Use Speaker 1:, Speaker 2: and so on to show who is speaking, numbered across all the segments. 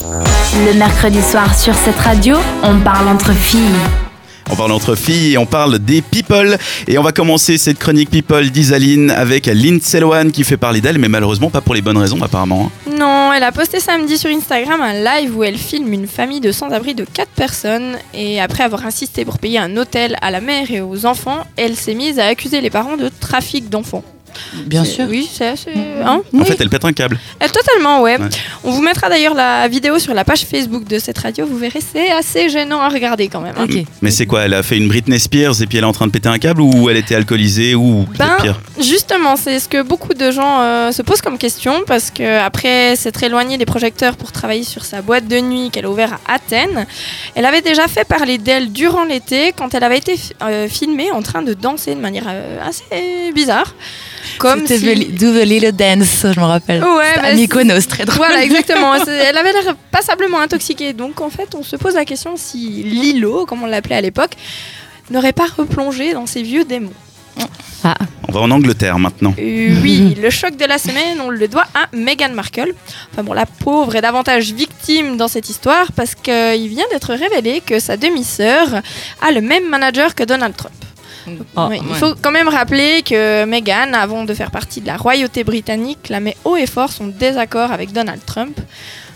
Speaker 1: Le mercredi soir sur cette radio, on parle entre filles.
Speaker 2: On parle entre filles et on parle des people. Et on va commencer cette chronique people d'Isaline avec Lindsay Lohan qui fait parler d'elle, mais malheureusement pas pour les bonnes raisons apparemment. hein.
Speaker 3: Non, elle a posté samedi sur Instagram un live où elle filme une famille de sans-abri de 4 personnes et après avoir insisté pour payer un hôtel à la mère et aux enfants, elle s'est mise à accuser les parents de trafic d'enfants.
Speaker 4: Bien
Speaker 3: C'est-
Speaker 4: sûr.
Speaker 3: Oui, c'est assez... hein
Speaker 2: En
Speaker 3: Oui.
Speaker 2: fait, elle pète un câble.
Speaker 3: Euh, Totalement, ouais.
Speaker 2: Ouais.
Speaker 3: On vous mettra d'ailleurs la vidéo sur la page Facebook de cette radio, vous verrez, c'est assez gênant à regarder quand même. hein.
Speaker 4: Ok.
Speaker 2: Mais c'est quoi Elle a fait une Britney Spears et puis elle est en train de péter un câble ou elle était alcoolisée ou peut-être
Speaker 3: Ben,
Speaker 2: pire
Speaker 3: Justement, c'est ce que beaucoup de gens euh, se posent comme question parce que après s'être éloignée des projecteurs pour travailler sur sa boîte de nuit qu'elle a ouverte à Athènes, elle avait déjà fait parler d'elle durant l'été quand elle avait été fi- euh, filmée en train de danser de manière euh, assez bizarre. Comme
Speaker 4: C'était
Speaker 3: si-
Speaker 4: The Li- Do the Little Dance, je me rappelle.
Speaker 3: Ouais,
Speaker 4: C'était
Speaker 3: bah,
Speaker 4: à Mykonos, très drôle.
Speaker 3: Voilà, exactement. C'est- Elle avait l'air passablement intoxiquée. Donc, en fait, on se pose la question si Lilo, comme on l'appelait à l'époque, n'aurait pas replongé dans ses vieux démons.
Speaker 4: Ah.
Speaker 2: On va en Angleterre maintenant.
Speaker 3: Euh, oui, le choc de la semaine, on le doit à Meghan Markle. Enfin bon, la pauvre est davantage victime dans cette histoire parce qu'il vient d'être révélé que sa demi-sœur a le même manager que Donald Trump.
Speaker 4: Oh,
Speaker 3: Oui, Il
Speaker 4: ouais.
Speaker 3: faut quand même rappeler que Meghan, avant de faire partie de la royauté britannique, la met haut et fort son désaccord avec Donald Trump.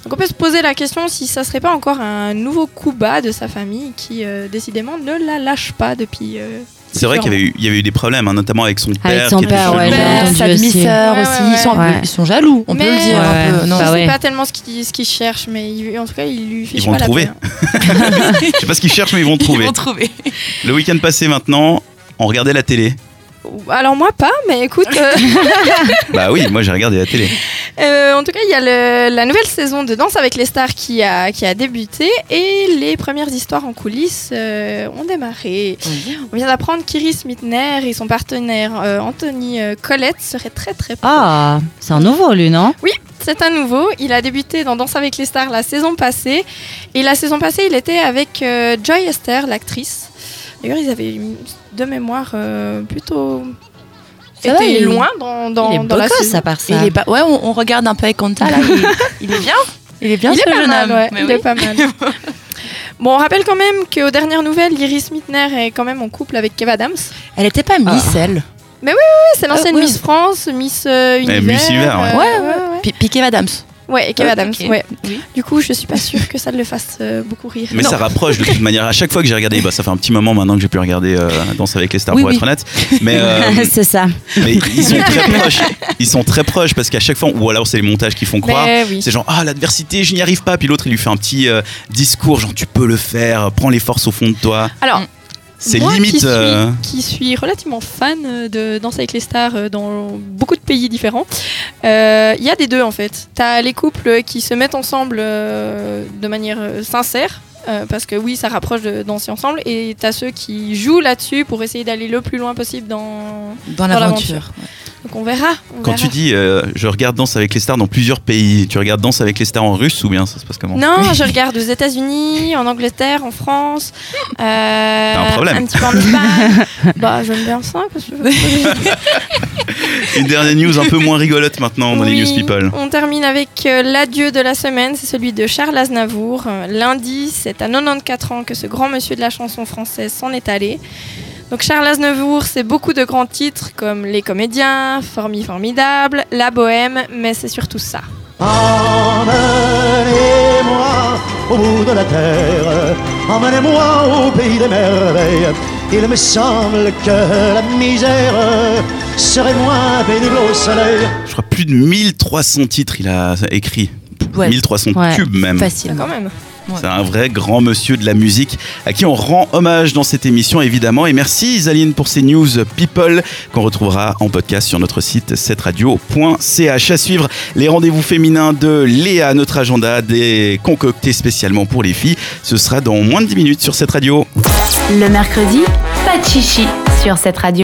Speaker 3: Donc on peut se poser la question si ça serait pas encore un nouveau coup bas de sa famille qui euh, décidément ne la lâche pas depuis. euh,
Speaker 2: C'est vrai qu'il y, avait eu- il y avait eu des problèmes, hein, notamment avec son père.
Speaker 5: Avec son
Speaker 2: qui était
Speaker 5: père,
Speaker 2: chelou.
Speaker 5: ouais, j'ai
Speaker 3: Père,
Speaker 5: entendu
Speaker 4: sa
Speaker 5: aussi.
Speaker 4: demi-sœur
Speaker 3: Ouais,
Speaker 4: aussi.
Speaker 3: ouais,
Speaker 4: Ils, sont un
Speaker 5: ouais.
Speaker 4: peu- ils sont jaloux, on peut
Speaker 3: Mais-
Speaker 4: le dire un
Speaker 5: Ouais.
Speaker 4: peu. Non.
Speaker 5: Bah
Speaker 3: C'est
Speaker 5: ouais.
Speaker 3: pas tellement ce qu'il ce qu'il cherche, mais il- en tout cas, il lui fiche
Speaker 2: Ils vont
Speaker 3: pas
Speaker 2: le trouver.
Speaker 3: la paix, hein.
Speaker 2: Je sais pas ce qu'ils cherchent, mais ils vont
Speaker 4: Ils
Speaker 2: trouver.
Speaker 4: vont trouver.
Speaker 2: Le week-end passé maintenant, on regardait la télé.
Speaker 3: Alors moi pas, mais écoute, euh,
Speaker 2: Bah oui, moi j'ai regardé la télé.
Speaker 3: euh, en tout cas, il y a le- la nouvelle saison de Danse avec les stars qui a, qui a débuté et les premières histoires en coulisses euh, ont démarré. On vient d'apprendre qu'Iris Mittner et son partenaire euh, Anthony euh, Collette seraient très très
Speaker 5: Ah, c'est un nouveau, lui, non
Speaker 3: C'est un nouveau. Il a débuté dans Danse avec les stars la saison passée. Et la saison passée, il était avec euh, Joy Esther, l'actrice. D'ailleurs, ils avaient une- de mémoire euh, plutôt.
Speaker 4: Ça va,
Speaker 3: été
Speaker 4: il-
Speaker 3: loin dans, dans,
Speaker 5: Il est
Speaker 3: dans la
Speaker 5: beau gosse,
Speaker 3: saison.
Speaker 5: à part ça.
Speaker 4: Il est pas... Ouais, on, on regarde un peu avec Anta là. Il, il est bien. Il est bien
Speaker 3: Il
Speaker 4: ce
Speaker 3: est pas
Speaker 4: jeune
Speaker 3: mal,
Speaker 4: homme.
Speaker 3: ouais,
Speaker 4: Mais
Speaker 3: il
Speaker 4: oui.
Speaker 3: est pas mal. Bon, on rappelle quand même qu'aux dernières nouvelles, Iris Mittner est quand même en couple avec Kev Adams. Ouais,
Speaker 4: Elle était pas Miss,
Speaker 5: Ah.
Speaker 4: elle.
Speaker 3: c'est l'ancienne
Speaker 4: Euh, oui.
Speaker 3: Miss France, Miss euh, Univers.
Speaker 2: Miss Univers, ouais.
Speaker 3: euh,
Speaker 4: Ouais,
Speaker 3: ouais, ouais.
Speaker 4: Pi- Piquet Adams.
Speaker 3: Ouais, et Kev
Speaker 4: Ok,
Speaker 3: Adams,
Speaker 4: ok.
Speaker 3: ouais.
Speaker 4: Oui.
Speaker 3: Du coup, je suis pas sûre que ça ne le fasse euh, beaucoup rire.
Speaker 2: Mais
Speaker 3: Non.
Speaker 2: ça rapproche de toute manière. À chaque fois que j'ai regardé, bah, ça fait un petit moment maintenant que j'ai pu regarder euh, Danse avec les stars
Speaker 4: Oui,
Speaker 2: pour
Speaker 4: oui.
Speaker 2: être honnête. Mais, euh,
Speaker 5: c'est ça.
Speaker 2: mais ils sont très proches. Ils sont très proches parce qu'à chaque fois, ou alors c'est les montages qui font croire.
Speaker 3: Mais Ben oui.
Speaker 2: C'est genre, ah, l'adversité, je n'y arrive pas. Puis l'autre, il lui fait un petit euh, discours, genre, tu peux le faire, prends les forces au fond de toi.
Speaker 3: Alors,
Speaker 2: C'est
Speaker 3: Moi
Speaker 2: limite.
Speaker 3: Qui suis,
Speaker 2: euh,
Speaker 3: qui suis relativement fan euh, de Danse avec les stars euh, dans beaucoup de pays différents, euh, il y a des deux en fait. T'as les couples qui se mettent ensemble euh, de manière euh, sincère. euh, parce que oui, ça rapproche de danser ensemble. Et t'as ceux qui jouent là-dessus pour essayer d'aller le plus loin possible dans.
Speaker 4: Dans l'aventure.
Speaker 3: Donc on verra. on
Speaker 2: Quand
Speaker 3: verra.
Speaker 2: tu dis, euh, je regarde Danse avec les stars dans plusieurs pays, tu regardes Danse avec les stars en russe ou bien ça se passe comment
Speaker 3: Non, je regarde aux États-Unis, en Angleterre, en France. euh,
Speaker 2: un problème.
Speaker 3: petit peu en Espagne. bah, j'aime bien ça. qu'est-ce que tu veux
Speaker 2: Une dernière news un peu moins rigolote maintenant dans les
Speaker 3: Oui,
Speaker 2: News People.
Speaker 3: On termine avec euh, l'adieu de la semaine, c'est celui de Charles Aznavour. Euh, Lundi, c'est à 94 ans que ce grand monsieur de la chanson française s'en est allé. Donc Charles Aznavour, c'est beaucoup de grands titres comme Les Comédiens, Formi Formidable, La Bohème, mais c'est surtout ça.
Speaker 6: Emmenez-moi au bout de la terre, emmenez-moi au pays des merveilles. Il me semble que la misère serait moins pénible au soleil.
Speaker 2: Je crois plus de 1300 titres il a écrit.
Speaker 4: Ouais.
Speaker 2: 1300
Speaker 5: Ouais.
Speaker 2: tubes même.
Speaker 4: Facile.
Speaker 3: Quand même.
Speaker 2: C'est un vrai grand monsieur de la musique à qui on rend hommage dans cette émission évidemment. Et merci Isaline pour ces news people qu'on retrouvera en podcast sur notre site setradio.ch. À suivre les rendez-vous féminins de Léa, notre agenda des concoctés spécialement pour les filles. Ce sera dans moins de 10 minutes sur cette radio.
Speaker 1: Le mercredi, pas de chichi sur cette radio.